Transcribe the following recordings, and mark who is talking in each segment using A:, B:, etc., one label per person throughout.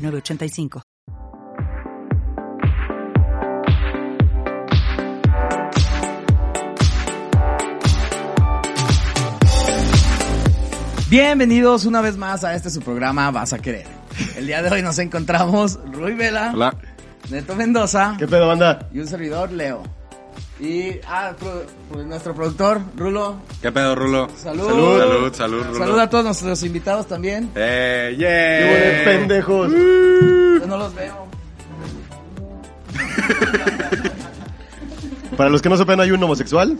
A: 985.
B: Bienvenidos una vez más a este su programa Vas a Querer. El día de hoy nos encontramos Rui Vela,
C: Hola.
B: Neto Mendoza
D: ¿Qué pedo, banda?
B: y un servidor Leo. Y ah, pro- pro- nuestro productor Rulo,
C: ¿Qué pedo, Rulo?
B: salud.
C: Salud, salud, salud, Rulo.
B: Salud a todos nuestros invitados también.
C: ¡Eh,
D: ¿Qué hubo
C: yeah!
D: de pendejos?
C: Mm.
B: Yo no los veo.
D: Para los que no sepan, hay un homosexual,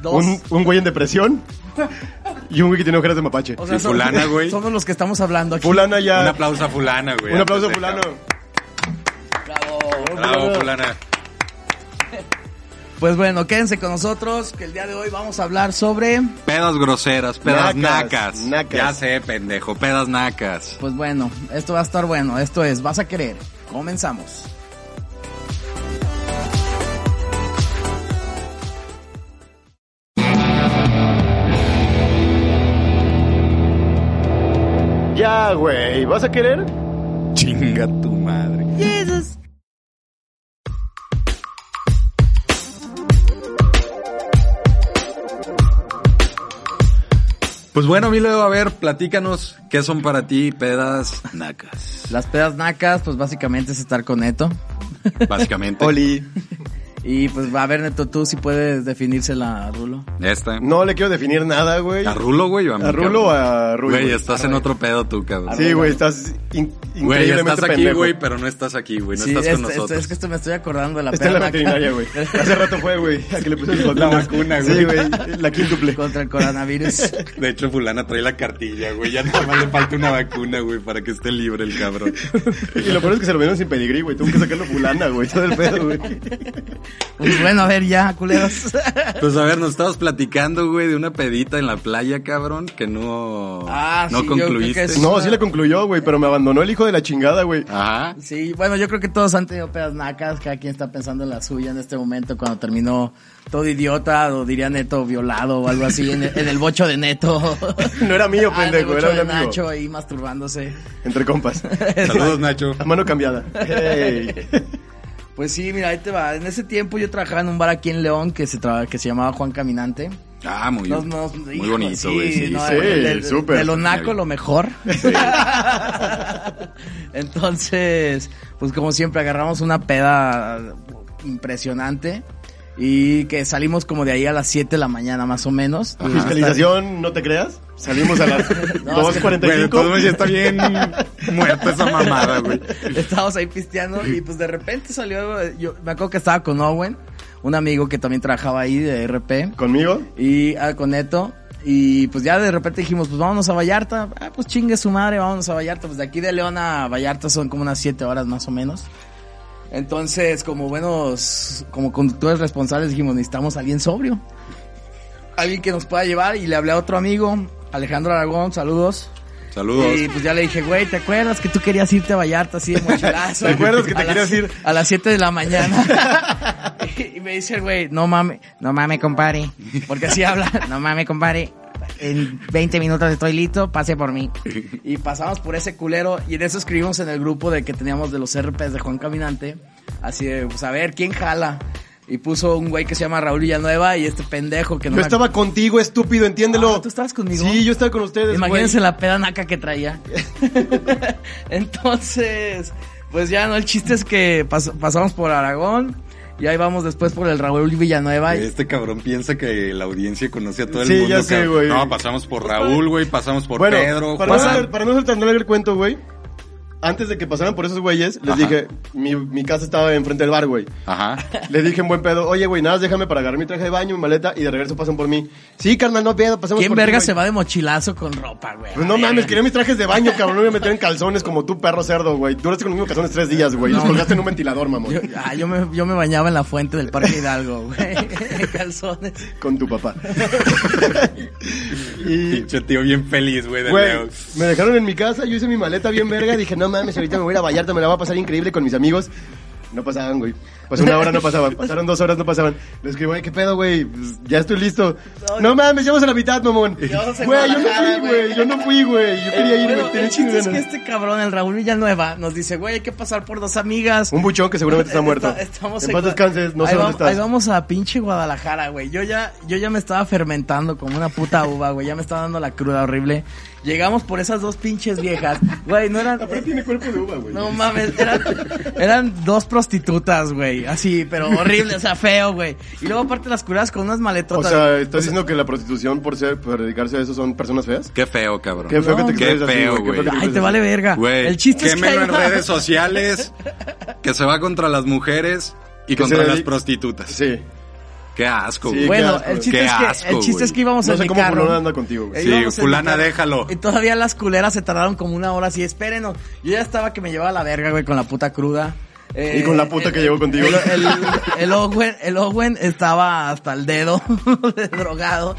B: Dos.
D: un, un güey en depresión y un güey que tiene ojeras de mapache.
B: O
C: y fulana, güey.
B: somos los que estamos hablando aquí.
D: Fulana
C: Un
D: ya.
C: aplauso a fulana, güey.
D: Un aplauso,
C: Antes de-
D: fulano.
B: Bravo.
C: Bravo, fulana.
B: Pues bueno, quédense con nosotros que el día de hoy vamos a hablar sobre
C: Pedas groseras, pedas
D: Nacas,
C: nacas.
D: nacas.
C: Ya sé, pendejo, pedas nacas.
B: Pues bueno, esto va a estar bueno. Esto es, vas a querer. Comenzamos.
D: Ya, güey. ¿Vas a querer?
C: Chinga tu madre. Pues bueno, mi Leo, a ver, platícanos qué son para ti pedas nacas,
B: Las pedas nacas, pues básicamente es estar con Neto.
C: básicamente.
D: Oli.
B: Y pues a ver, Neto, tú si puedes definírsela, Rulo.
C: Esta.
D: No le quiero definir nada, güey.
C: ¿A Rulo, güey, o a mí?
D: ¿A Rulo o
C: cabrón?
D: a Rui?
C: Güey,
D: güey?
C: estás en otro pedo tú, cabrón.
D: Sí, güey, estás in-
C: Güey,
D: increíblemente
C: estás aquí,
D: pendejo.
C: güey, pero no estás aquí, güey. No
B: Sí,
C: estás
B: es,
C: con
B: es-
C: nosotros.
B: es que esto me estoy acordando de la
D: Está en
B: peda
D: la
B: naca
D: veterinaria, güey. Hace rato fue, güey, a que le pusieron
C: La
D: vacunas.
C: vacuna, güey.
D: Sí, güey, la quíntuple.
B: contra el coronavirus.
C: De hecho, fulana trae la cartilla, güey. Ya nada más le falta una vacuna, güey, para que esté libre el cabrón.
D: Y lo peor es que se lo vieron sin pedigrí, güey. Tuvo que sacarlo fulana, güey. Todo el pedo, güey.
B: pues bueno, a ver ya, culeros.
C: Pues a ver, nos estabas platicando, güey, de una pedita en la playa, cabrón, que no,
B: Ah,
C: no
B: sí, yo creo que
C: concluiste.
B: es-
D: No, sí la concluyó, güey, pero me abandonó el hijo de la chingada, güey.
C: Ajá.
B: sí, bueno, yo creo que todos han tenido pedas nacas. Cada quien está pensando en la suya en este momento cuando terminó todo idiota o diría Neto violado o algo así en el, en el bocho de Neto.
D: No era mío,
B: Ah, en el
D: pendejo,
B: bocho
D: era un
B: de
D: amigo.
B: Nacho ahí masturbándose.
D: Entre compas.
C: Saludos, Nacho.
D: A mano cambiada. Hey.
B: Pues sí, mira, ahí te va. En ese tiempo yo trabajaba en un bar aquí en León que se, traba- que se llamaba Juan Caminante.
C: Ah, muy,
B: Nos- nos-
C: muy
B: hijo,
C: bonito, güey. Sí,
B: no,
D: sí,
B: de- de-
D: súper.
B: De lo naco, lo mejor. Entonces, pues como siempre, agarramos una peda impresionante y que salimos como de ahí a las 7 de la mañana más o menos.
C: Ah,
B: Tuvimos hasta-
D: Fiscalización, no te creas. Salimos a las
C: Güey,
D: 2.45.
C: todo ya está bien muerta esa mamada, güey.
B: Estábamos ahí pisteando y pues de repente salió, yo me acuerdo que estaba con Owen, un amigo que también trabajaba ahí de RP.
D: Conmigo.
B: y ah, con Neto. Y pues ya de repente dijimos, pues vámonos a Vallarta. Ah, pues chingue su madre, vámonos a Vallarta. Pues de aquí de León a Vallarta son como unas 7 horas más o menos. Entonces, como buenos, como conductores responsables, dijimos, necesitamos a alguien sobrio. Alguien que nos pueda llevar. Y le hablé a otro amigo, Alejandro Aragón, saludos.
C: Saludos.
B: Y pues ya le dije, güey, ¿te acuerdas que tú querías irte a Vallarta así de mochilazo?
D: ¿Te acuerdas que te
B: A las-
D: querías ir?
B: A las 7 de la mañana. y me dice el güey, no mames, no mames, compadre. Porque así habla, no mames, compadre. En 20 minutos estoy listo, pase por mí. Y pasamos por ese culero y en eso escribimos en el grupo de que teníamos de los RPs de Juan Caminante. Así de, pues a ver, ¿quién jala? Y puso un güey que se llama Raúl Villanueva y este pendejo que no
D: Yo
B: me-
D: estaba contigo, estúpido, entiéndelo.
B: Ah, ¿tú estabas conmigo?
D: Sí, yo estaba con ustedes,
B: Imagínense
D: güey.
B: la peda naca que traía. Entonces, pues ya no, el chiste es que pas- pasamos por Aragón y ahí vamos después por el Raúl Villanueva. y-
C: Este cabrón piensa que la audiencia conoce a todo el
D: Sí,
C: mundo.
D: ya sé,
C: cabrón.
D: güey.
C: No, pasamos por Raúl, güey, pasamos por
D: Bueno,
C: Pedro,
D: para, no
C: Juan.
D: hacer- para no hacer tan largo el cuento, güey. antes de que pasaran por esos güeyes, les dije, mi, mi casa estaba enfrente del bar, güey.
E: Ajá.
D: Le dije en buen pedo, oye, güey, nada, más déjame para agarrar mi traje de baño, mi maleta y de regreso pasan por mí. Sí, carnal, no pedo, pasemos
B: ¿Quién
D: por ti,
B: verga
D: güey.
B: se va de mochilazo con ropa, güey?
D: Pues no mames, quería mis trajes de baño, cabrón. No me voy a meter en calzones como tú, perro cerdo, güey. Duraste con los mismos calzones tres días, güey. Los colgaste en un ventilador, mamón.
B: Yo, ah, yo me, yo me bañaba en la fuente del Parque Hidalgo, güey. En calzones.
D: Con tu papá. y,
E: Pinche tío bien feliz, güey, de
D: güey,
E: Leo.
D: me dejaron en mi casa, yo hice mi maleta bien verga. Dije, no mames, ahorita me voy a ir a Vallarta, me la va a pasar increíble con mis amigos. No pasaban, güey. Pasó una hora, no pasaban. Pasaron dos horas, no pasaban. Le escribo, güey, ¿qué pedo, güey? Pues, ya estoy listo. No mames, llevamos a la mitad, mamón. Güey,
B: vas a
D: yo no
B: Guadalajara,
D: fui, güey. Yo no fui, güey. Yo quería irme.
B: Bueno,
D: tenía
B: el chiste es
D: chingada.
B: que este cabrón, el Raúl Villanueva, nos dice, güey, hay que pasar por dos amigas.
D: Un buchón que seguramente está muerto.
B: Está- Estamos
D: en paz
B: Gua-
D: descanses, no
B: ahí
D: sé dónde
B: vamos,
D: estás.
B: Ahí vamos a pinche Guadalajara, güey. Yo ya, yo ya me estaba fermentando como una puta uva, güey. Ya me estaba dando la cruda horrible. Llegamos por esas dos pinches viejas. Güey, no eran...
D: Aparte tiene cuerpo de uva, güey.
B: No mames, eran, eran dos prostitutas, güey. Así, pero horrible, o sea, feo, güey. Y luego aparte las curadas con unas
D: O
B: maletotas.
D: sea, ¿estás diciendo que la prostitución por ser, por dedicarse a eso son personas feas?
C: Qué feo, cabrón.
D: Qué feo
B: No,
D: que te
B: qué
D: expreses así,
C: feo,
D: güey. Qué feo
C: güey.
D: que
B: Ay, te
D: expreses
B: vale
D: así.
B: verga.
C: Güey,
B: el chiste es que
C: quémelo
B: hay
C: en
B: una-
C: redes sociales que se va contra las mujeres y
D: Que
C: contra
D: se
C: las
D: dedica-
C: prostitutas.
D: Sí.
C: Qué asco,
D: Sí,
C: güey.
D: qué
B: Bueno,
D: asco,
B: el
D: güey.
B: chiste,
C: Qué
B: es que,
C: asco,
B: el chiste es
C: güey.
B: que íbamos
D: No
B: en
D: sé
B: mi
D: cómo
B: carro.
D: fulano anda contigo, güey.
B: Eh,
C: Sí,
B: íbamos en mi
C: fulana,
B: carro.
C: déjalo.
B: Y todavía las culeras se tardaron como una hora así, espérenos. Yo ya estaba que me llevaba la verga, güey, con la puta cruda. Eh,
D: Y con la puta que llevó contigo.
B: El, el Owen, el Owen estaba hasta el dedo de drogado.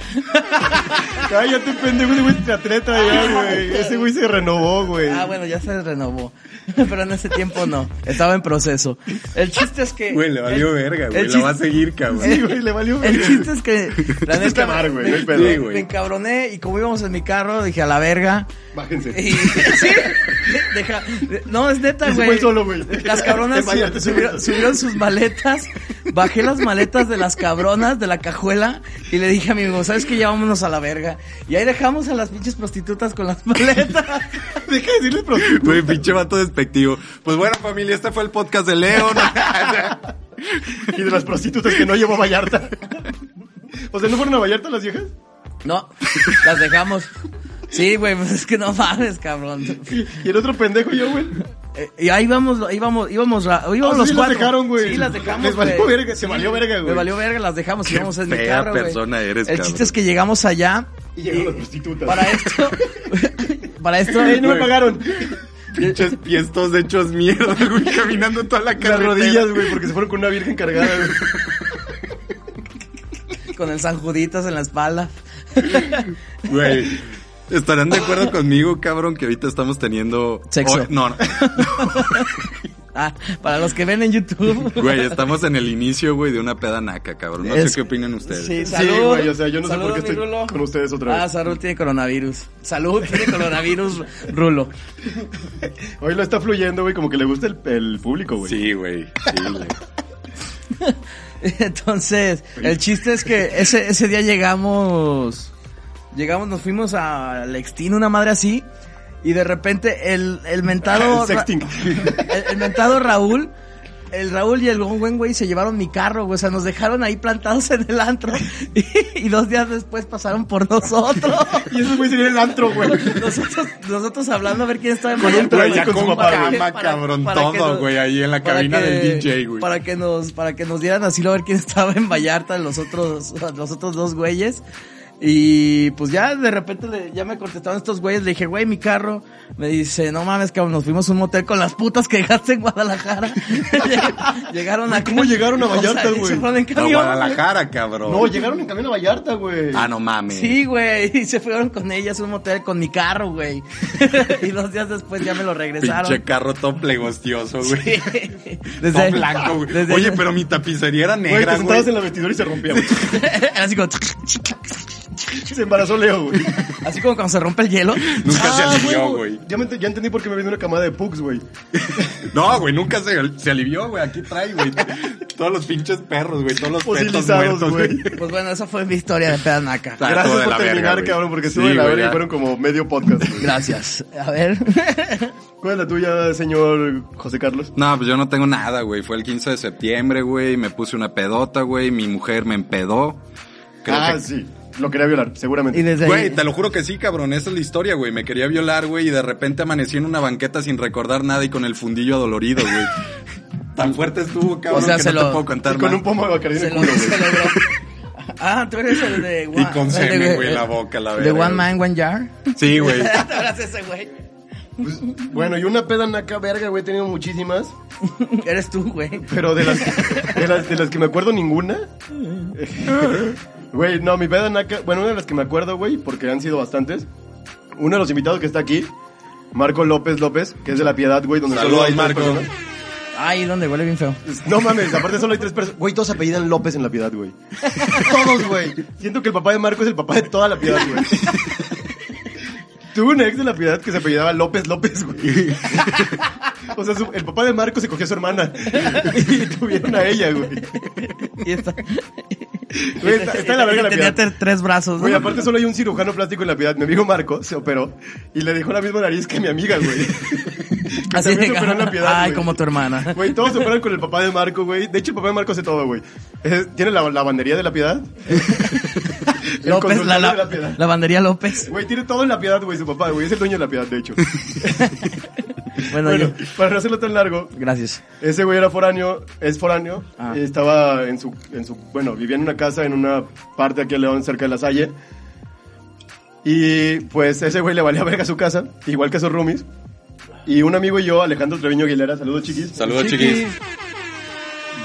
D: Cállate, pendejo, ese güey te atleta ya, güey. Ese güey se renovó, güey.
B: Ah, bueno, ya se renovó. Pero en ese tiempo no. Estaba en proceso. El chiste es que.
E: Güey, le valió
B: el-
E: verga, güey.
B: el
E: La va a
B: chiste-
E: seguir, cabrón.
D: Sí, güey, le valió
B: El
D: verga.
B: chiste es que. La
D: Es
B: neta.
D: quemar, güey, no hay
B: me-
D: pedo.
B: me-
E: Sí, güey.
B: Me encabroné y como íbamos en mi carro, dije a la verga.
D: Bájense.
B: Y, sí, deja, no, es neta,
D: Ese
B: güey.
D: fue solo, güey.
B: Las cabronas
D: En Vallarta, sí,
B: subieron,
D: güey.
B: subieron sus maletas, bajé las maletas de las cabronas de la cajuela y le dije a mi amigo, ¿sabes qué? Ya vámonos a la verga. Y ahí dejamos a las pinches prostitutas con las maletas.
D: Deja de decirle prostituta.
C: Güey, pinche vato despectivo. Pues bueno, familia, este fue el podcast de Leo. ¿no?
D: Y de las prostitutas que no llevó a Vallarta. O sea, ¿no fueron a Vallarta las viejas?
B: No, las dejamos. Sí, güey, pues es que no mames, cabrón.
D: Y el otro pendejo yo, güey.
B: Eh, y ahí íbamos, íbamos, íbamos, ra-
D: Ah,
B: íbamos
D: sí,
B: los
D: las
B: cuatro.
D: dejaron, güey.
B: Sí, las dejamos,
D: Les valió
B: güey.
D: verga, se valió verga, güey.
B: Me valió verga, las dejamos y íbamos en mi
C: fea
B: carro, güey.
C: persona eres,
B: El
C: cabrón.
B: chiste es que llegamos allá
D: Y llegaron las prostitutas.
B: Para esto. Para esto.
D: Ey, no me
C: güey.
D: pagaron.
C: Pinches pies todos hechos mierda, güey, caminando toda la
D: Las
C: carretera.
D: rodillas, güey, porque se fueron con una virgen cargada, güey.
B: Con el San Juditas en la espalda.
C: Güey. Estarán de acuerdo conmigo, cabrón, que ahorita estamos teniendo.
B: Sexo.
C: Hoy- no, no.
B: Ah, para los que ven en YouTube.
C: Güey, estamos en el inicio, güey, de una peda naca, cabrón. No
B: Es-
C: sé qué opinan ustedes.
B: Sí,
D: Sí,
B: salud.
D: güey, o sea, yo no sé
B: Salud,
D: por qué
B: mi
D: estoy con ustedes otra vez.
B: Ah, Salud tiene coronavirus. Salud tiene coronavirus, Rulo.
D: Hoy lo está fluyendo, güey, como que le gusta el, el público, güey.
C: Sí, güey. Sí, güey.
B: Entonces, el chiste es que ese, ese día llegamos. Llegamos, nos fuimos a Lextín, una madre así. Y de repente el, el mentado.
D: El sexting.
B: el, el mentado Raúl. El Raúl y el buen güey se llevaron mi carro, güey. O sea, nos dejaron ahí plantados en el antro. Y, y dos días después pasaron por nosotros.
D: Y eso, güey, sería el antro, güey.
B: Nosotros, nosotros hablando a ver quién estaba en
D: Con un
B: Vallarta,
D: traje con su
B: un
D: papá,
B: traje
C: güey. Cabrón, todo,
B: nos-
C: güey, ahí en la
B: para
C: cabina del DJ, güey.
B: Para que nos, para que nos dieran asilo a ver quién estaba en Vallarta, los otros, los otros dos güeyes. Y pues ya de repente le- ya me contestaron estos güeyes, le dije, güey, mi carro. Me dice, no mames, cabrón, nos fuimos a un motel con las putas que dejaste en Guadalajara. llegaron a...
D: ¿Cómo llegaron a Vallarta, güey?
B: Se fueron en
C: No,
B: camión.
C: Guadalajara, cabrón.
D: No, llegaron en camión a Vallarta, güey.
C: Ah, no mames.
B: Sí, güey, y se fueron con ellas a un motel con mi carro, güey. y dos días después ya me lo regresaron.
C: Pinche carro todo plegostioso, güey.
B: Desde-
C: Todo blanco, güey.
B: desde-
C: Oye, pero mi tapicería era
D: Güey, te
C: negra,
D: sentabas en
C: güey.
D: la vestidora y se rompía, güey.
B: Era así como,
D: Se embarazó Leo, güey.
B: así como cuando se rompe el hielo.
C: Nunca se
D: Ah,
C: alivió,
D: güey.
C: güey.
D: Ya, me ent- ya entendí por qué me vino una camada de pugs, güey.
C: No, güey, nunca se, se alivió, güey. Aquí trae, güey. Todos los pinches perros, güey. Todos los petos
D: Fosilizados,
C: muertos,
D: güey.
C: güey.
B: Pues bueno, esa fue mi historia de pedanaca.
C: Está todo
D: Gracias
C: de
D: por
C: la verga,
D: terminar,
C: güey.
D: cabrón, porque estuvo
C: Sí,
D: de la
C: güey,
D: verga y
C: ya.
D: fueron como medio podcast, güey.
B: Gracias. A ver.
D: ¿Cuál es la tuya, señor José Carlos?
C: No, pues yo no tengo nada, güey. Fue el 15 de septiembre, güey. Me puse una pedota, güey. Mi mujer me empedó. Creo
D: Ah,
C: que-
D: sí. Lo quería violar, seguramente.
B: Y desde ahí-
C: Güey, te lo juro que sí, cabrón. Esa es la historia, güey. Me quería violar, güey, y de repente amanecí en una banqueta sin recordar nada y con el fundillo adolorido, güey. Tan fuerte estuvo, cabrón,
B: O sea,
C: que
B: se
C: no
B: lo-
C: te puedo contar
D: Y con
C: más.
D: un pomo de bacarí en
B: Se
D: el
B: lo,
D: culo,
B: se
D: güey.
B: lo logró. Ah, tú eres el de...
C: Y con
B: el de-
C: semen, güey, la boca, la
B: ¿De
C: verga,
B: One
C: güey.
B: Man, One Jar?
C: Sí, güey.
B: ¿Te acuerdas de ese güey?
D: Pues, bueno, y una peda naca verga, güey, he tenido muchísimas.
B: Eres tú, güey.
D: Pero de las, de las, de las que me acuerdo ninguna. Güey, no, mi peda naca. Bueno, una de las que me acuerdo, güey, porque han sido bastantes. Uno de los invitados que está aquí, Marco López López, que es de La Piedad, güey, donde solo
C: Saludos,
D: hay tres
C: Marco.
D: personas.
B: Ay, ¿dónde? Huele bien feo.
D: No mames, aparte solo hay tres personas. Güey, todos apellidan López en La Piedad, güey. Todos, güey. Siento que el papá de Marco es el papá de toda La Piedad, güey. Tuve un ex de La Piedad que se apellidaba López López, güey. O sea, su- el papá de Marco se cogió a su hermana. Y tuvieron a ella, güey.
B: Y está,
D: Güey, está, está de la verga la
B: Tenía
D: piedad.
B: ter- tres brazos.
D: Güey,
B: ¿no?
D: aparte solo hay un cirujano plástico en la piedad. Mi amigo Marco se operó y le dejó la misma nariz que mi amiga, güey. Que
B: Así
D: también
B: de
D: se operó en la piedad.
B: Ay,
D: güey.
B: como tu hermana.
D: Güey, todos se operan con el papá de Marco, güey. De hecho, el papá de Marco hace todo, güey. Es- Tiene la lavandería de la piedad. El
B: López, la,
D: consultorio
B: la,
D: de la piedad.
B: lavandería López.
D: Güey, tiene todo en la piedad, güey, su papá, güey. Es el dueño de la piedad, de hecho.
B: Bueno,
D: bueno,
B: yo-
D: para no hacerlo tan largo,
B: gracias.
D: Ese güey era foráneo, es foráneo,
B: Ah.
D: y estaba en su, en su, bueno, vivía en una casa en una parte aquí en León, cerca de La Salle. Y pues ese güey le valía verga su casa, igual que a sus roomies. Y un amigo y yo, Alejandro Treviño Aguilera, saludos chiquis.
C: Saludos, chiquis.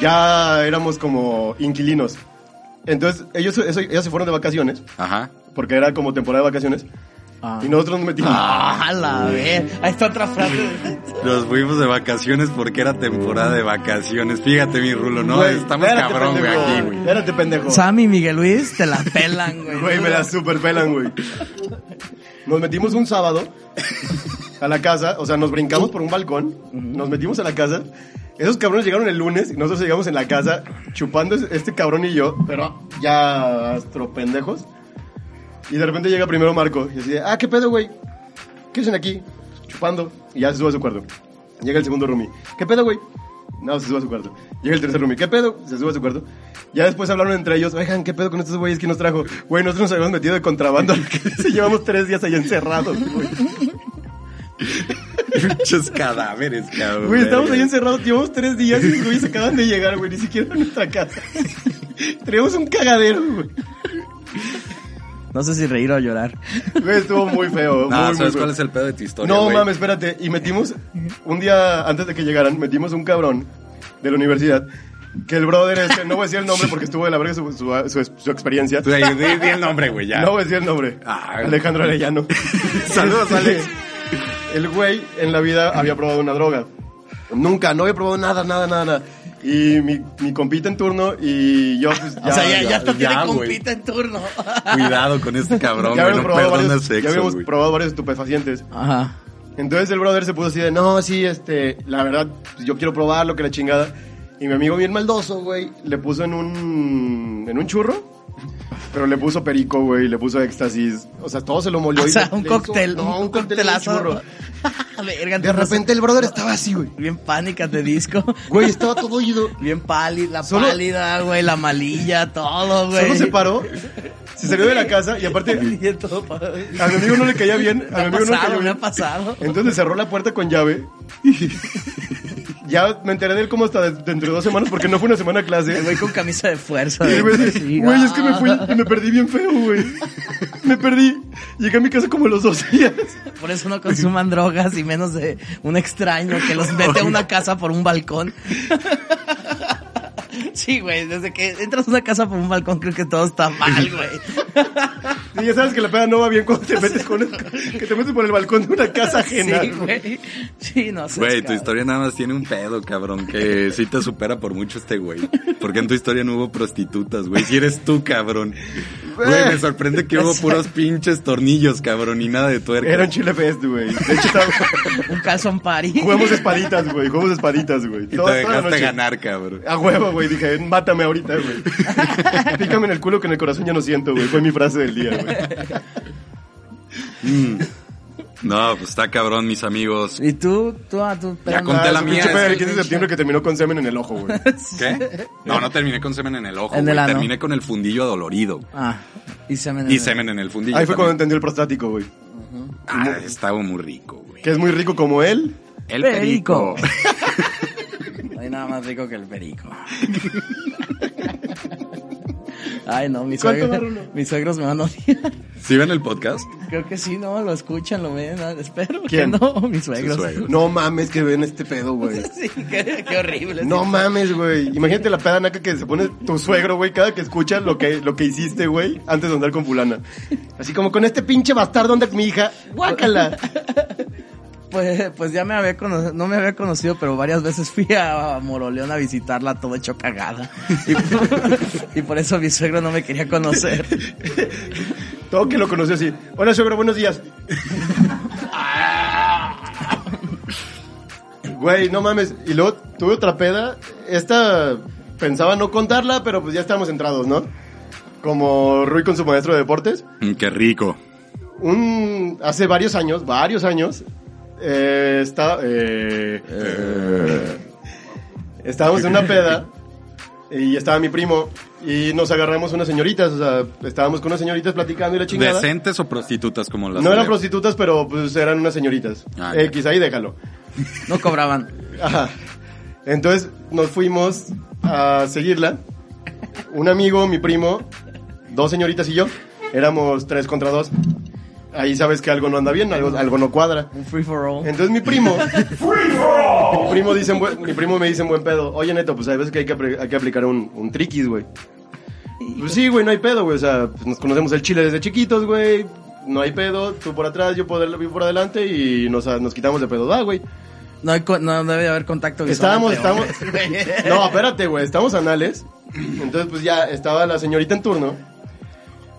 D: Ya éramos como inquilinos. Entonces, ellos, eso- ellos se fueron de vacaciones,
C: Ajá.
D: porque era como temporada de vacaciones,
B: Ah,
D: y nosotros nos metimos.
B: Ah, la ver. Ahí está otra frase.
C: Nos fuimos de vacaciones porque era temporada de vacaciones. Fíjate, mi rulo, ¿no?
D: Güey,
C: Estamos
D: espérate,
C: cabrón, güey,
D: pendejo.
C: aquí, güey.
D: Espérate, pendejo.
B: Sammy y Miguel Luis te la pelan, güey.
D: Güey, me la super pelan, güey. Nos metimos un sábado a la casa, o sea, nos brincamos por un balcón, nos metimos a la casa. Esos cabrones llegaron el lunes y nosotros llegamos en la casa chupando es- este cabrón y yo, pero ya astropendejos. Y de repente llega primero Marco y así, de, ah, ¿qué pedo, güey? ¿Qué hacen aquí? Chupando. Y ya se sube a su cuarto. Llega el segundo roomie. ¿Qué pedo, güey? No, se sube a su cuarto. Llega el tercer roomie. ¿Qué pedo? Se sube a su cuarto. Ya después hablaron entre ellos. Oigan, ¿qué pedo con estos güeyes que nos trajo? Güey, nosotros nos habíamos metido de contrabando. Se llevamos tres días ahí encerrados, güey.
C: Muchos cadáveres, cabrón.
D: Güey, estamos ahí
C: verga.
D: encerrados. Llevamos tres días y los güeyes acaban de llegar, güey. Ni siquiera a nuestra casa. Tenemos un cagadero, güey.
B: No sé si reír o llorar.
D: Güey, estuvo muy feo.
C: No,
D: muy, muy
C: ¿sabes
D: feo.
C: cuál es el pedo de tu historia,
D: No
C: güey?
D: mames, espérate. Y metimos, un día antes de que llegaran, metimos un cabrón de la universidad. Que el brother este, no voy a decir el nombre porque estuvo de la verga su, su- su- su experiencia.
C: Tú ahí, di, di el nombre, güey, ya.
D: No voy a decir el nombre.
C: Ah.
D: Alejandro Arellano.
C: Saludos, Alex.
D: El güey en la vida había probado una droga. Nunca, no había probado nada, nada, nada. nada. Y mi, mi compita en turno y yo, pues,
B: o sea, ya, ya,
C: ya,
B: hasta
C: ya,
B: tiene
C: güey.
B: compita en turno.
C: Cuidado con este cabrón,
D: ya
C: güey.
D: habíamos,
C: No
D: probado,
C: perdona
D: varios, ya
C: sexo,
D: habíamos
C: güey.
D: probado varios estupefacientes.
B: Ajá.
D: Entonces el brother se puso así de, no, sí, este, la verdad, pues, yo quiero probarlo, que la chingada. Y mi amigo bien maldoso, güey, le puso en un, en un churro, pero le puso perico, güey, le puso éxtasis. O sea, todo se lo molió.
B: O
D: y
B: sea,
D: le-
B: un
D: le hizo-
B: cóctel,
D: no,
B: un,
D: en un
B: coctelazo.
D: churro.
B: Verga,
D: De
B: entonces,
D: repente el brother estaba así, güey.
B: Bien pánicas de disco.
D: Güey, estaba todo oído.
B: Bien pálida, la
D: Solo-
B: pálida, güey, la malilla, todo, güey.
D: Solo se paró, se salió de la casa y aparte a
B: Y en todo pa-
D: mi amigo no le caía
B: Me
D: bien. A mi
B: ha
D: amigo no le cayó
B: pasado, me ha
D: bien.
B: pasado.
D: Entonces cerró la puerta con llave. Ya me enteré de él como hasta de- dentro de dos semanas porque no fue una semana a clase.
B: Me voy con camisa de fuerza.
D: Y,
B: güey,
D: güey,
B: así,
D: Güey,
B: ah.
D: es que me fui y me perdí bien feo, güey. Me perdí. Llegué a mi casa como a los dos días.
B: Por eso no consuman drogas y menos de un extraño que los mete a una casa por un balcón. Sí, güey, desde que entras a una casa por un balcón creo que todo está mal, güey.
D: Y ya sabes que la peda no va bien cuando te metes con el- que te metes por el balcón de una casa ajena.
B: Sí,
D: güey.
B: güey. Sí, no sé.
C: Güey, tu historia nada más tiene un pedo, cabrón, que sí te supera por mucho este güey. Porque en tu historia no hubo prostitutas, güey. Si eres tú, cabrón. Güey, me sorprende que hubo puros pinches tornillos, cabrón, y nada de tuerca.
D: Era un chile fest, güey. De hecho, estaba-
B: Un calzón party.
D: jugamos espaditas, güey. Jugamos espaditas, güey.
C: y
D: Toda-
C: te
D: toda la
C: dejaste
D: noche.
C: ganar, cabrón.
D: A huevo, güey. Dije, mátame ahorita, güey. Pícame en el culo que en el corazón ya no siento, güey. Fue mi frase del día, güey.
C: No, pues está cabrón, mis amigos.
B: Y tú, tú, ah, tú, pero
C: Ya conté
D: Ah,
C: la
D: su
C: mía,
D: pinche
C: es
D: peda
C: que
D: del 15 de septiembre que terminó con semen en el ojo, güey.
C: ¿Qué? No, no terminé con semen en el ojo.
B: En
C: güey.
B: el ano.
C: Terminé con el fundillo adolorido.
B: Ah, y semen.
C: Y semen en el fundillo.
D: Ahí fue cuando
C: también.
D: entendí el prostático, güey.
C: Ah, estaba muy rico, güey.
D: Que es muy rico como él.
C: El perico.
B: No hay nada más rico que el perico. Ay, no, mis
D: ¿Cuánto
B: suegros,
D: va, Rulo?
B: mis suegros me van a odiar.
C: ¿Sí ven el podcast?
B: Creo que sí, no, lo escuchan, lo ven, ah, espero
D: ¿Quién?
B: que no, mis suegros.
C: Sus suegros.
D: No mames que ven este pedo, güey.
B: Sí, qué, qué horrible.
D: No mames, güey. Imagínate la peda naca que se pone tu suegro, güey, cada que escucha lo que, lo que hiciste, güey, antes de andar con fulana. Así como con este pinche bastardo anda mi hija. Guácala.
B: Pues, pues ya me había conocido, no me había conocido, pero varias veces fui a, a Moroleón a visitarla todo hecho cagada. Y por, y por eso mi suegro no me quería conocer.
D: Todo que lo conoció así. Hola, suegro, buenos días. Güey, no mames. Y luego tuve otra peda. Esta pensaba no contarla, pero pues ya estábamos entrados, ¿no? Como Rui con su maestro de deportes.
C: Mm, qué rico.
D: un hace varios años, varios años, eh, está, eh, estábamos en una peda y estaba mi primo y nos agarramos unas señoritas, o sea, estábamos con unas señoritas platicando y la chingada.
C: ¿Decentes o prostitutas como las
D: no eran
C: celebras?
D: prostitutas, pero pues eran unas señoritas.
C: Ah, ya.
D: X, ahí déjalo.
B: No cobraban.
D: Ajá. Entonces nos fuimos a seguirla. Un amigo, mi primo, dos señoritas y yo. Éramos tres contra dos. Ahí sabes que algo no anda bien, algo, algo no cuadra.
B: Un free for all.
D: Entonces mi primo, mi primo dice, en buen- mi primo me dice en buen pedo, oye Neto, pues hay veces que hay que, apri- hay que aplicar un, un triquis, güey. Pues sí, güey, no hay pedo, güey, o sea, pues nos conocemos el chile desde chiquitos, güey, no hay pedo, tú por atrás, yo por, yo por adelante y nos, nos quitamos de pedo, ah, güey.
B: No, hay co- no debe haber contacto visual
D: Estábamos,
B: entre
D: estábamos.
B: hombres.
D: No, espérate, güey. Estamos anales. Entonces, pues ya estaba la señorita en turno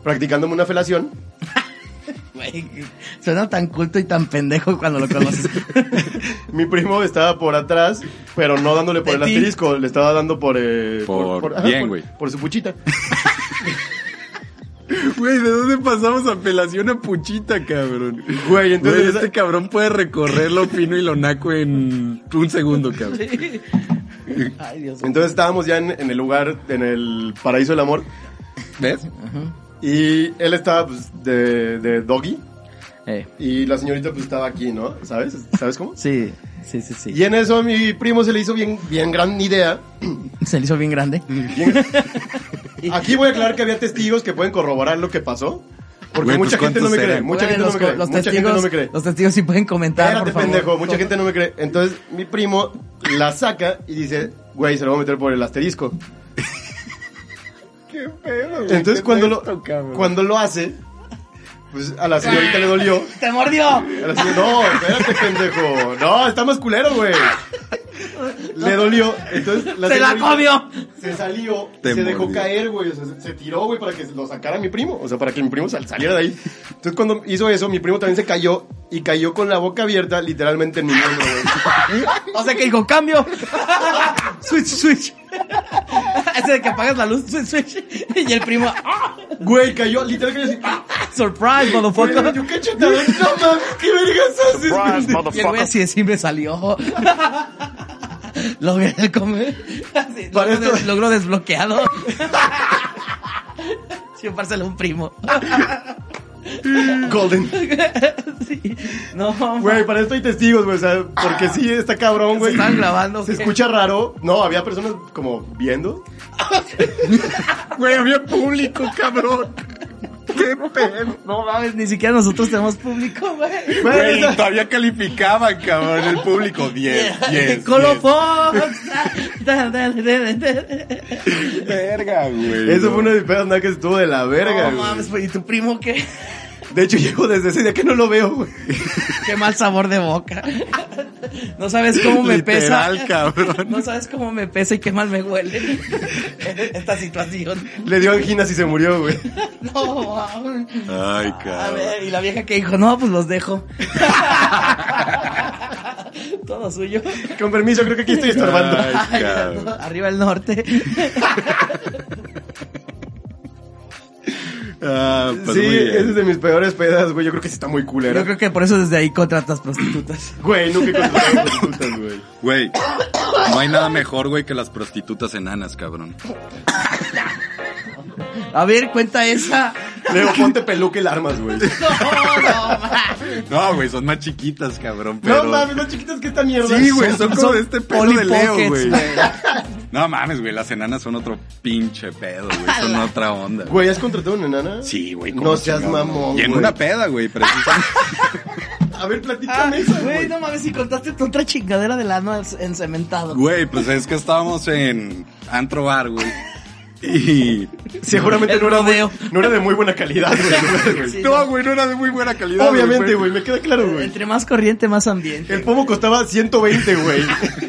D: practicándome una felación.
B: Güey, Suena tan culto y tan pendejo cuando lo conoces.
D: Mi primo estaba por atrás, pero no dándole por
B: De
D: el
B: ti.
D: asterisco, le estaba dando por. eh,
C: Por- bien,
D: por-
C: güey.
D: Por, su puchita.
C: Güey, ¿de dónde pasamos apelación a puchita, cabrón?
D: Güey, entonces-
C: Güey, este cabrón puede recorrer lo fino y lo naco en un segundo, cabrón.
B: Ay, Dios mío.
D: Entonces estábamos ya en, en el lugar, en el paraíso del amor.
C: ¿Ves?
D: Y él estaba pues, de, de doggy.
B: Eh,
D: Y la señorita pues estaba aquí, ¿no? ¿Sabes? ¿Sabes cómo?
B: sí, sí, sí, sí.
D: Y en eso a mi primo se le hizo bien, bien gran idea.
B: Se le hizo bien grande.
D: Aquí voy a aclarar que había testigos que pueden corroborar lo que pasó. Porque
C: Güey, pues,
D: mucha gente no me
C: ¿cuántos
D: cree.
C: eran?
D: Mucha,
B: Güey,
D: gente,
B: los,
D: no me cree
B: los
D: mucha
B: testigos,
D: gente no me cree.
B: Los testigos sí pueden comentar,
D: Espérate,
B: por favor.
D: pendejo. Mucha gente no me cree. Entonces, mi primo la saca y dice, güey, se lo voy a meter por el asterisco.
C: Qué pedo,
D: Entonces, cuando lo, cuando lo hace, pues a la señorita le dolió.
B: ¡Te mordió!
D: A la señora- no, espérate, pendejo. No, está más culero, güey. Le dolió. Entonces,
B: ¡Se la
D: señorita
B: comió!
D: Se salió,
C: Te
D: se dejó
C: mordió.
D: caer, güey. O sea, se- se tiró, güey, para que lo sacara mi primo. O sea, para que mi primo sal- saliera de ahí. Entonces, cuando hizo eso, mi primo también se cayó y cayó con la boca abierta, literalmente en mi hombro, güey.
B: O sea que dijo, cambio. switch, switch. Ese de que apagas la luz, switch, switch. Y el primo, ¡ah!
D: Güey, cayó, literal cayó así. ¡ah!
B: Surprise,
D: Güey,
B: motherfucker.
D: Yo qué chetadón, no mames, qué vergas haces, pendejo?
B: Y el güey así de siempre salió. Logré comer. Así,
D: Para
B: logro,
D: esto-
B: des- logro desbloqueado. Chupárselo a un primo.
D: Golden.
B: Sí. No,
D: Güey, para esto hay testigos, güey. O sea, porque sí, está cabrón, güey.
B: están grabando,
D: Se
B: ¿qué?
D: escucha raro. No, había personas como viendo.
C: Güey, había público, cabrón. Qué pedo.
B: no mames, ni siquiera nosotros tenemos público, güey.
D: Güey,
C: Güey, todavía calificaban, cabrón, el público. 10, 10.
B: Colofox.
C: Verga, güey.
D: Eso
C: no.
D: fue una de mis pedas nacas, estuvo de la verga,
B: No
D: güey.
B: mames, güey, ¿y tu primo qué?
D: De hecho, llego desde ese día que no lo veo, güey.
B: Qué mal sabor de boca. No sabes cómo me
C: Literal,
B: pesa.
C: cabrón.
B: No sabes cómo me pesa y qué mal me huele esta situación.
D: Le dio anginas y se murió, güey.
B: No, mames.
C: Ay,
B: A
C: cabrón.
B: ver, y la vieja que dijo, no, pues los dejo. Todo suyo.
D: Con permiso, creo que aquí estoy estorbando.
C: Ay,
B: Ay,
C: cabrón.
B: no, arriba el norte.
C: Ah, pues
D: sí,
C: muy bien.
D: esa es de mis peores pedas, güey. Yo creo que sí está muy culera.
B: Yo creo que por eso desde ahí contratas prostitutas.
D: Güey, nunca he contratado prostitutas, güey.
C: Güey, no hay nada mejor, güey, que las prostitutas enanas, cabrón.
B: A ver, cuenta esa.
D: Leo, ponte peluca y la armas, güey.
C: No, güey, son más chiquitas, cabrón, pero...
D: No mames, las chiquitas que esta mierda.
C: Sí, güey, son como de este pedo
B: Polly
C: de Leo,
B: Pockets,
C: güey. No mames, güey, las enanas son otro pinche pedo, güey. Son otra onda, güey.
D: Güey, ¿has contratado una enana?
C: Sí, güey.
D: No
C: cómo
D: seas
C: chingado,
D: mamón,
C: Y en
D: güey.
C: una peda, güey, precisamente.
D: A ver,
B: Ah,
D: platícame eso,
B: güey,
D: güey.
B: no mames, si contaste tu otra chingadera de lana encementado.
C: Güey, pues es que estábamos en Antro Bar, güey. Y...
D: Seguramente
B: El
D: no era, muy,
B: rodeo.
D: no era de muy buena calidad, güey.
B: Sí,
C: No, güey, no era de muy buena calidad.
D: Obviamente, güey, me queda claro, güey.
B: Entre más corriente, más ambiente.
D: El pomo costaba 120, güey.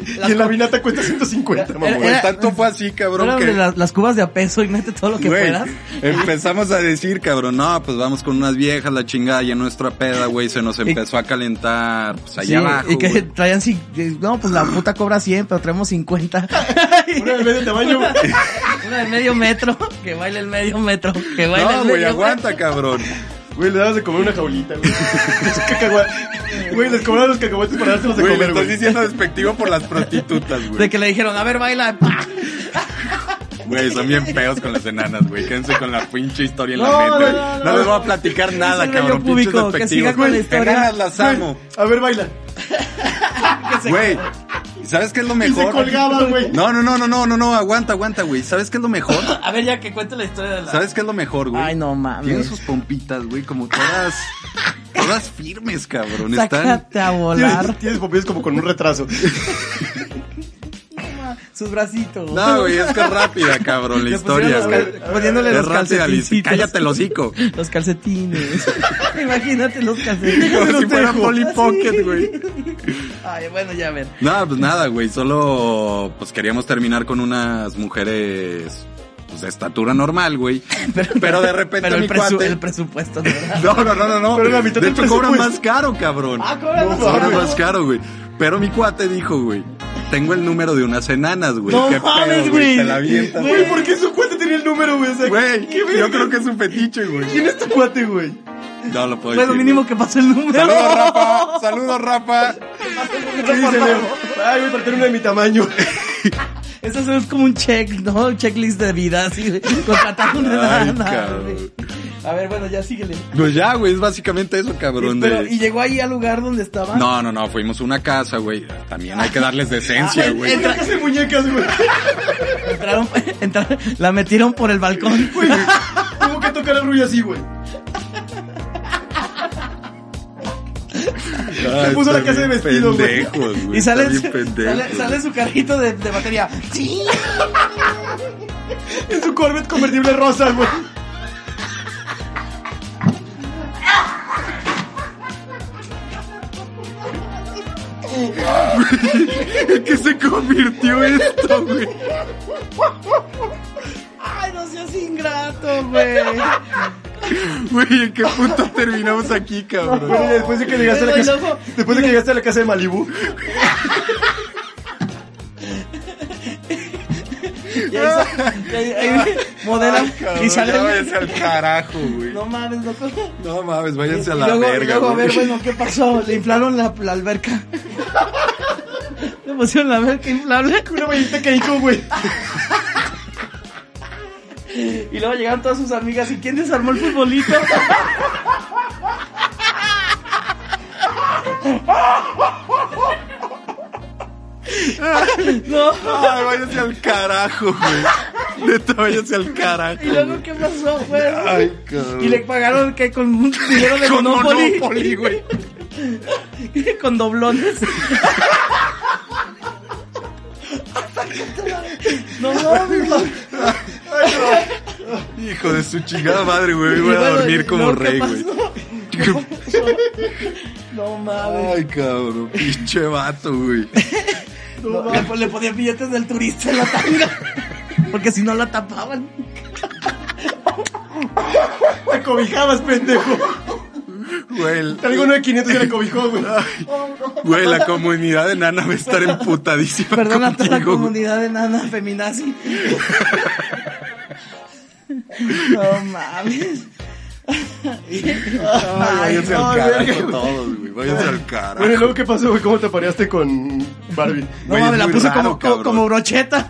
D: y en la vinata cuesta 150, mamón.
C: Güey, tanto fue así, cabrón,
B: Fueron
C: que...
B: de las, las cubas de a peso y mete todo lo que
C: Güey,
B: puedas.
C: Empezamos a decir, cabrón, no, pues vamos con unas viejas, la chingada, y en nuestra peda, güey, se nos empezó a calentar, pues allá
B: Sí,
C: abajo.
B: y que
C: güey.
B: traían cin- eh, no, pues la puta cobra 100, pero traemos 50.
D: Una de medio tamaño, güey.
B: Una de medio metro, que baile el medio metro, que baile el
C: No, güey,
B: medio
C: aguanta, cabrón.
D: Güey, le dabas de comer una jaulita, güey. Los cacahuates. Güey, les cobraron los cacahuates para dárselos de
C: Güey, le
D: comer,
C: estás
D: güey.
C: diciendo despectivo por las prostitutas,
B: metro. De
C: güey.
B: que le dijeron, a ver, baila. ¡pah!
C: Güey, son bien feos con las enanas, güey. Quédense con la pinche historia en
B: No,
C: la mente.
B: no,
C: güey.
B: no,
C: No,
B: no,
C: les
B: no.
C: voy a platicar nada,
B: Es un
C: cabrón.
B: rollo
C: Pinches
B: público, que siga
C: despectivos,
B: con la
C: güey.
B: historia.
C: Enanas las amo.
D: A ver, baila.
C: Güey, ¿sabes qué es lo
D: Y se
C: mejor?
D: colgaban, güey.
C: No, no, no, no, no, no, no, aguanta, aguanta, güey. ¿Sabes qué es lo mejor?
B: A ver, ya que cuente la historia de la.
C: ¿Sabes qué es lo mejor, güey?
B: Ay, no mames.
C: Tienen sus pompitas, güey, como todas. todas firmes, cabrón. Están.
B: Sácate a volar.
D: Tienes, tienes papillas como con un retraso.
B: Sus bracitos.
C: No, güey, es que es rápida, cabrón, la
B: Le
C: historia,
B: pusieron
C: güey.
B: los cal- Poniéndole
C: Es
B: los
C: rápida, Liz.
B: calcetines.
C: Cállate el hocico.
B: Los calcetines. Imagínate los calcetines.
C: Como
B: Los
C: si fuera
B: dejo.
C: Polly
B: Así.
C: Pocket, güey.
B: Ay, bueno, ya a ver.
C: No, pues nada, güey. Solo, pues queríamos terminar con unas mujeres. Pues de estatura normal, güey. Pero, de repente
B: Pero el,
C: mi
B: presu-
C: cuate.
B: el presupuesto, de verdad.
C: No, no, no, no, no.
D: Pero la mitad
C: de
D: del
C: hecho, cobran más
D: presupuesto.
C: caro, cabrón.
B: Ah, cobran más
C: Cobran
D: caro.
C: más caro, güey. Pero mi cuate dijo, güey, tengo el número de unas enanas, güey.
B: No
C: Qué pedo,
B: mames, güey.
C: Te la avientas.
D: Güey, ¿por qué su cuate tenía el número, güey? O sea,
C: Güey,
D: ¿qué
C: yo
D: verga?
C: creo que es un fetiche, güey.
D: ¿Quién es tu cuate, güey?
C: No lo puedo
B: Fue lo
C: decir,
B: mínimo
C: güey.
B: que pasó el número.
C: Saludos, Rafa. Saludos, Rafa.
D: ¿Qué dice Leo? Ay, güey, para tener una de mi tamaño.
B: Eso es como un check, ¿no? Un checklist de vida, así. de Contratar una
C: Ay,
B: nana,
C: cabrón.
B: güey. A ver, bueno, ya síguele.
C: Pues ya, güey, es básicamente eso, cabrón. de-
B: Pero, ¿Y llegó ahí al lugar donde estaba?
C: No, no, no, fuimos a una casa, güey. También hay que darles
B: Ah,
C: decencia, güey.
D: Entra casa de muñecas, güey.
B: Entraron, entraron- la metieron por el balcón.
D: Güey, Tuvo que tocar el ruido así, güey.
C: Se
D: puso la casa de vestido, güey.
C: Ah, pendejos, güey.
B: Y sale,
C: Está bien pendejo,
B: sale, sale su carrito de, de batería. Sí.
D: En su Corvette convertible rosa, güey.
C: güey. ¿Qué se convirtió esto, güey?
B: Ay, no seas ingrato, güey.
C: Güey, ¿en qué punto terminamos aquí, cabrón?
D: Bueno, y después de que llegaste a la
B: Pero,
D: casa,
B: y luego-
D: después de que llegaste a la casa de Malibu,
B: Y ahí, sa- y ahí- ahí modelan y
C: Ya
B: salen.
C: váyanse al carajo, güey.
B: No
C: No,
B: mames, loco.
C: mames, váyanse a
B: Y
C: la
B: luego, y
C: verga,
B: luego, a
C: güey.
B: ver, bueno, ¿qué pasó? Le inflaron la, la alberca. Le pusieron la alberca inflable.
D: una vallita Keiko, güey.
B: Y luego llegaron todas sus amigas. ¿Y quién desarmó el futbolito? No.
C: Ay, váyanse al carajo, güey. Neta, váyanse al carajo.
B: ¿Y luego qué pasó, güey?
C: Ay, cabrón.
B: Y le pagaron que con un dinero de
C: Con
B: Monopoly,
C: Monopoly, güey.
B: con doblones. no mames. no.
C: Hijo de su chingada madre, güey. Voy
B: Y
C: a
B: bueno,
C: dormir como
B: ¿no? ¿Qué
C: rey, güey.
B: pasó? No mames.
C: Ay, cabrón. Pinche vato, güey.
B: No, le, le ponían billetes del turista en la tanga. Porque si no la tapaban.
D: Te cobijabas, pendejo.
C: Güey, el-
D: Traigo uno de 500 y la cobijó, güey.
C: güey, la comunidad enana va a estar emputadísima
B: Perdona a toda la
C: contigo, güey.
B: comunidad de nana feminazi. No mames.
C: váyanse
D: no,
C: al
D: verga,
C: carajo
D: güey.
C: todos, güey. Váyanse al carajo.
D: Bueno, ¿y luego qué pasó, güey? ¿Cómo te pareaste con Barbie?
B: No
C: Güey,
B: mames,
C: es
B: la
C: muy
B: puse
C: raro,
B: como, como,
C: cabrón.
B: como brocheta.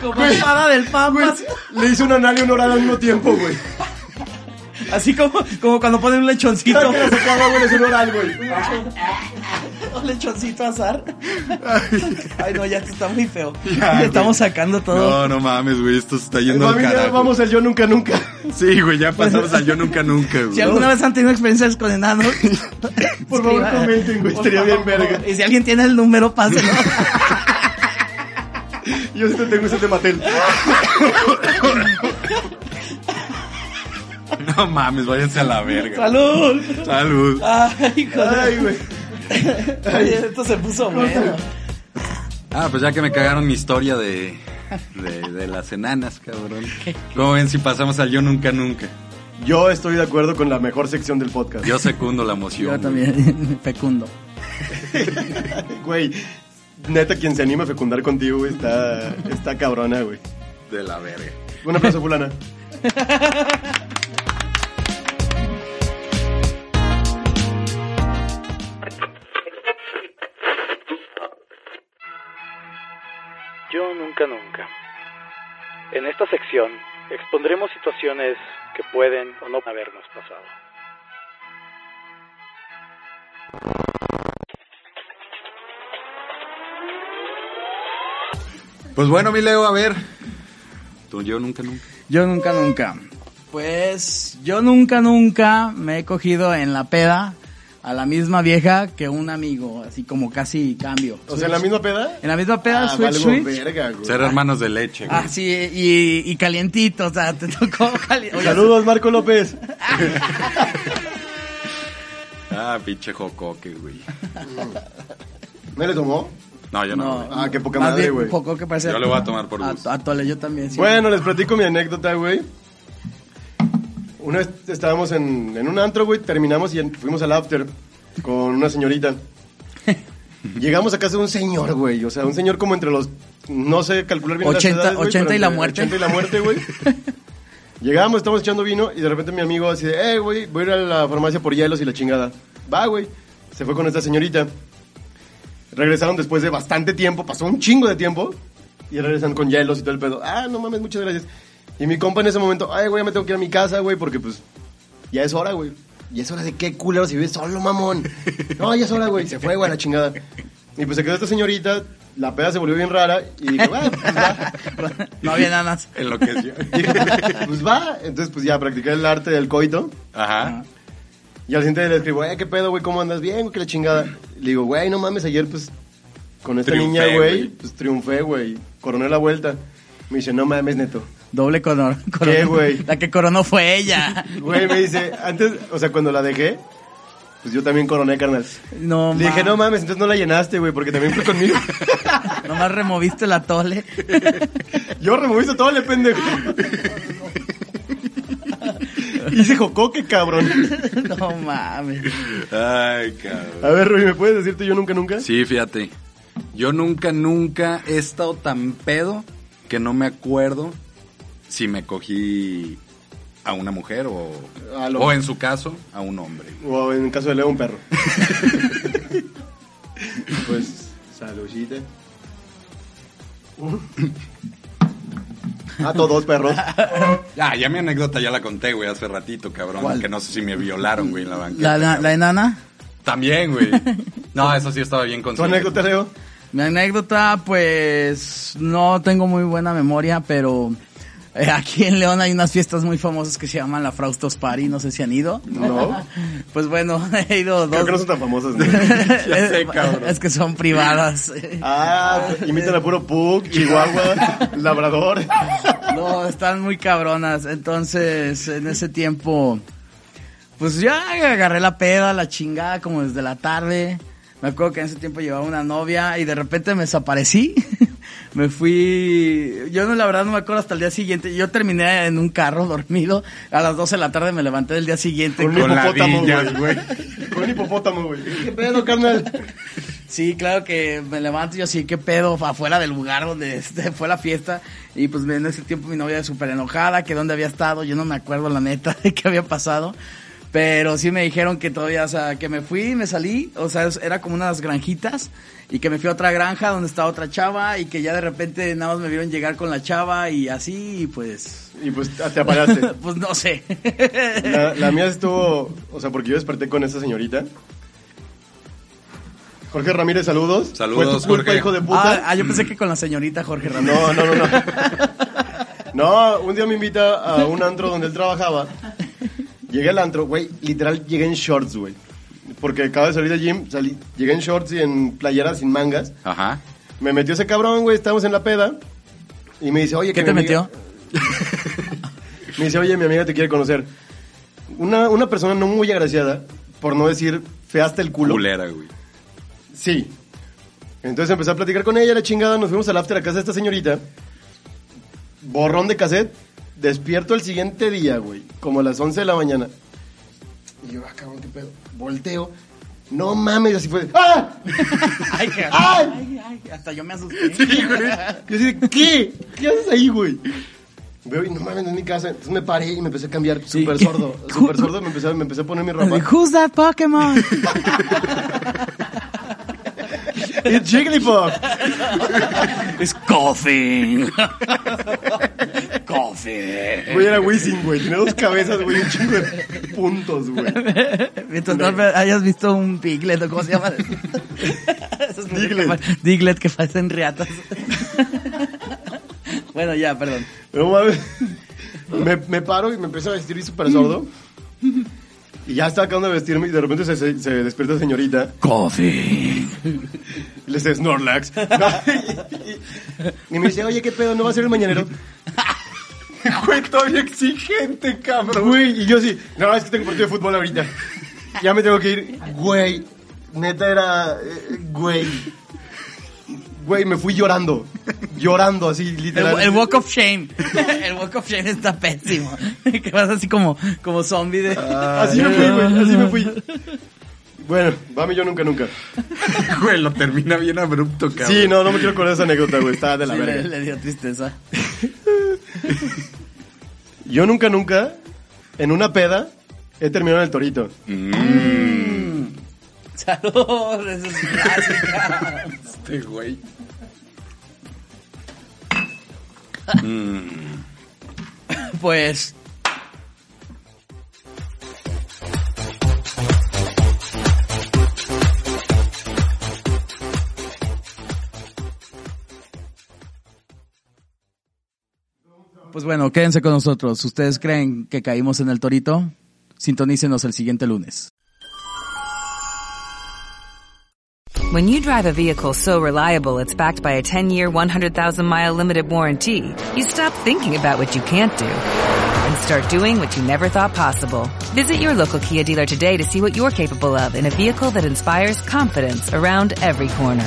B: como espada del pampas.
D: Le hizo un anal y un oral al mismo tiempo, güey.
B: Así como, como cuando ponen un lechoncito.
D: Claro que lo sacaba, güey, le hizo un oral, güey.
B: un lechoncito azar. Ay, no, ya esto está muy feo.
C: Ya, güey.
B: Estamos sacando todo.
C: No, no mames, güey. Esto se está yendo al
D: Mami, ya
C: carajo.
D: vamos al yo nunca, nunca.
C: Sí, güey, ya pasamos a yo nunca, nunca, güey.
B: Si alguna vez han tenido experiencias con enanos,
D: Por favor,
B: escriban.
D: comenten, güey.
B: Por
D: Estaría bien
B: favor, por
D: verga.
B: favor. Y si alguien tiene el número, pásenlo.
D: Yo este tengo ese de Mattel.
C: No mames, váyanse a la verga.
B: ¡Salud!
C: Salud.
B: Ay, joder.
D: Ay, güey.
B: Oye, esto se puso bueno.
C: Ah, pues ya que me cagaron mi historia de, de, de las enanas, cabrón. ¿Cómo ven si pasamos al yo nunca, nunca?
D: Yo estoy de acuerdo con la mejor sección del podcast.
C: Yo secundo la moción.
B: Yo
C: güey.
B: también, fecundo.
D: Güey, neta, quien se anima a fecundar contigo, güey, está, está cabrona, güey.
C: De la verga.
D: Un aplauso, fulana.
E: Yo nunca nunca. En esta sección expondremos situaciones que pueden o no habernos pasado.
C: Pues bueno, mi Leo, a ver. Tú, yo nunca, nunca.
B: Yo nunca, nunca. Pues yo nunca, nunca me he cogido en la peda a la misma vieja que un amigo, así como casi cambio.
D: O sea, en la misma peda.
B: En la misma peda,
D: Ah,
B: switch,
D: valgo
B: switch.
D: verga, güey.
C: Ser hermanos de leche, güey.
B: Ah, sí, y, y calientito, o sea, te tocó calientito.
D: Saludos, Marco López.
C: Ah, pinche jocoque, güey.
D: ¿No le tomó?
C: No, yo no.
B: No.
C: güey.
D: Ah, qué poca
B: Más
D: madre,
B: bien,
D: güey.
B: un poco que parece.
C: Yo le voy a tomar por gusto.
B: A, a Tole, yo también. sí.
D: Bueno, les platico mi anécdota, güey. Una vez estábamos en, en un antro, güey, terminamos y en- fuimos al after con una señorita. Llegamos a casa de un señor, güey, o sea, un señor como entre los, no sé calcular bien
B: 80,
D: las edades, güey,
B: 80
D: pero
B: y la
D: entre
B: muerte.
D: 80 y la muerte, güey. Llegamos, estamos echando vino y de repente mi amigo así de, eh, güey, voy a ir a la farmacia por hielos y la chingada. Va, güey. Se fue con esta señorita. Regresaron después de bastante tiempo, pasó un chingo de tiempo. Y regresan con hielos y todo el pedo. Ah, no mames, muchas gracias. Y mi compa en ese momento, ay, güey, ya me tengo que ir a mi casa, güey, porque pues ya es hora, güey. Ya es hora de qué culero si vives solo, mamón. No, ya es hora, güey. Se fue, güey, a la chingada. Y pues se quedó esta señorita, la peda se volvió bien rara y dije, bueno, pues va.
B: no había nanas.
C: Enloqueció.
D: Dije, pues va. Entonces, pues ya practiqué el arte del coito.
C: Ajá.
D: Y al siguiente día le escribo, eh, ¿qué pedo, güey? ¿Cómo andas? Bien, güey, que la chingada. Le digo, güey, no mames, ayer, pues, con esta
C: Triunfé,
D: niña, güey,
C: güey.
D: pues triunfé, güey. Coroné la vuelta. Me dice, no mames, neto.
B: Doble coronó.
D: ¿Qué, güey?
B: La que coronó fue ella.
D: Güey, me dice, antes, o sea, cuando la dejé, pues yo también coroné, carnal.
B: No,
D: Le dije,
B: ma-
D: no mames, entonces no la llenaste, güey, porque también fue conmigo.
B: Nomás removiste la tole.
D: Yo removiste todo el pendejo. Hice jocoque, cabrón.
B: No mames. Ah.
C: Ay, cabrón.
D: A ver, Rui, ¿me puedes decirte yo nunca, nunca?
C: Sí, fíjate. Yo nunca, nunca he estado tan pedo que no me acuerdo si me cogí a una mujer o,
D: A Ah, lo-
C: o en su caso, a un hombre.
D: O en el caso de Leo, un perro. pues, saludita. A todos, perros.
C: Ah, ya mi anécdota ya la conté, güey, hace ratito, cabrón.
B: ¿Cuál?
C: Que no sé si me violaron, güey, en la banqueta.
B: La, la,
C: cabrón.
B: la enana.
C: También, güey. No, eso sí estaba bien
D: ¿Tu
C: consciente.
D: anécdota, Leo?
B: Mi anécdota, pues no tengo muy buena memoria, pero eh, aquí en León hay unas fiestas muy famosas que se llaman la Fraustos Party, no sé si han ido.
D: No.
B: Pues bueno, he ido dos.
D: Creo que no son tan famosas, ¿no?
C: Ya sé, cabrón.
B: Es que son privadas.
D: Ah, imitan a puro Pug, Chihuahua, Labrador.
B: No, están muy cabronas. Entonces, en ese tiempo, pues ya agarré la peda, la chingada, como desde la tarde. Me acuerdo que en ese tiempo llevaba una novia y de repente me desaparecí. me fui. Yo no, la verdad no me acuerdo hasta el día siguiente. Yo terminé en un carro dormido. A las 12 de la tarde me levanté del día siguiente.
D: Con
C: Con
D: hipopótamo,
C: ladillas,
D: güey.
C: güey.
D: Con un hipopótamo, güey. ¿Qué pedo, carnal?
B: Sí, claro que me levanto y yo sí, qué pedo, afuera del lugar donde este, fue la fiesta. Y pues en ese tiempo mi novia súper enojada, que dónde había estado, yo no me acuerdo la neta de qué había pasado. Pero sí me dijeron que todavía, o sea, que me fui, me salí, o sea, es- era como unas granjitas y que me fui a otra granja donde estaba otra chava y que ya de repente nada más me vieron llegar con la chava y así, y pues...
D: Y pues te apagaste.
B: pues no sé.
D: La, la mía estuvo, o sea, porque yo desperté con esa señorita. Jorge Ramírez, saludos.
C: Saludos,
D: Fue tu culpa,
C: Jorge.
D: hijo de
B: Ah,
D: puta.
B: ah, yo pensé que con la señorita Jorge Ramírez.
D: No, no, no, no. No, un día me invita a un antro donde él trabajaba. Llegué al antro, güey, literal llegué en shorts, güey. Porque acabo de salir del gym, salí, llegué en shorts y en playeras sin mangas.
C: Ajá.
D: Me metió ese cabrón, güey, estábamos en la peda. Y me dice, oye,
B: ¿Qué te
D: que mi amiga-
B: metió?
D: Me dice, oye, mi amiga te quiere conocer. Una, una persona no muy agraciada, por no decir feaste el culo.
C: Culera, güey.
D: Sí. Entonces empecé a platicar con ella, la chingada, nos fuimos al after a casa de esta señorita. Borrón de cassette, despierto el siguiente día, güey, como a las 11 de la mañana. Y yo, ah, cabrón, qué pedo. Volteo. No mames, así fue. de, ¡Ah!
B: Ay, que-
D: ¡Ay!
B: ay, hasta yo me asusté.
D: Yo así de, ¿qué? ¿Qué haces ahí, güey? Veo y no mames, no es mi casa. Entonces me paré y me empecé a cambiar súper sordo. Súper sordo, me empecé, a- me empecé a poner mi ropa.
B: Who's that Pokémon?
D: ¡Y Jigglypuff!
B: It's coughing. coughing.
D: Güey, era Wizzing, güey. Tenía dos cabezas, güey, un chingo de puntos, güey.
B: Mientras no me hayas visto un Piglet o cómo se llama. Esos que
D: Diglett.
B: pa- Diglett que parecen riatas. bueno, ya, perdón.
D: No mames. Me, me paro y me empiezo a vestir súper sordo. Y ya estaba acabando de vestirme y de repente se, se, se despierta la señorita.
B: Coughing.
D: Y le dice Snorlax. y, y me dice, oye, ¿qué pedo? ¿No va a ser el mañanero?
C: Güey, todavía exigente, cabrón.
D: Güey, y yo sí. No, es que tengo partido de fútbol ahorita. Ya me tengo que ir. Güey, neta era... eh, Güey. Güey, me fui llorando. Llorando así,
B: El,
D: literal.
B: el Walk of Shame. El Walk of Shame está pésimo. Que vas así como, como zombie de...
D: Así me fui, güey. Así me fui. Ah, Bueno, mami, yo nunca, nunca.
C: Güey, lo termina bien abrupto, cabrón.
D: Sí, no, no me quiero acordar de esa anécdota, güey. Estaba de la
B: Sí, le,
D: verga.
B: le dio tristeza.
D: Yo nunca, nunca, en una peda, he terminado en el torito.
B: Salud, eso es clásica.
C: Este güey.
B: Pues Pues bueno, quédense con nosotros. ¿Ustedes creen que caímos en el torito? Sintonícenos el siguiente lunes.
F: When you drive a vehicle so reliable it's backed by a 10-year, 100,000-mile limited warranty, you stop thinking about what you can't do and start doing what you never thought possible. Visit your local Kia dealer today to see what you're capable of in a vehicle that inspires confidence around every corner.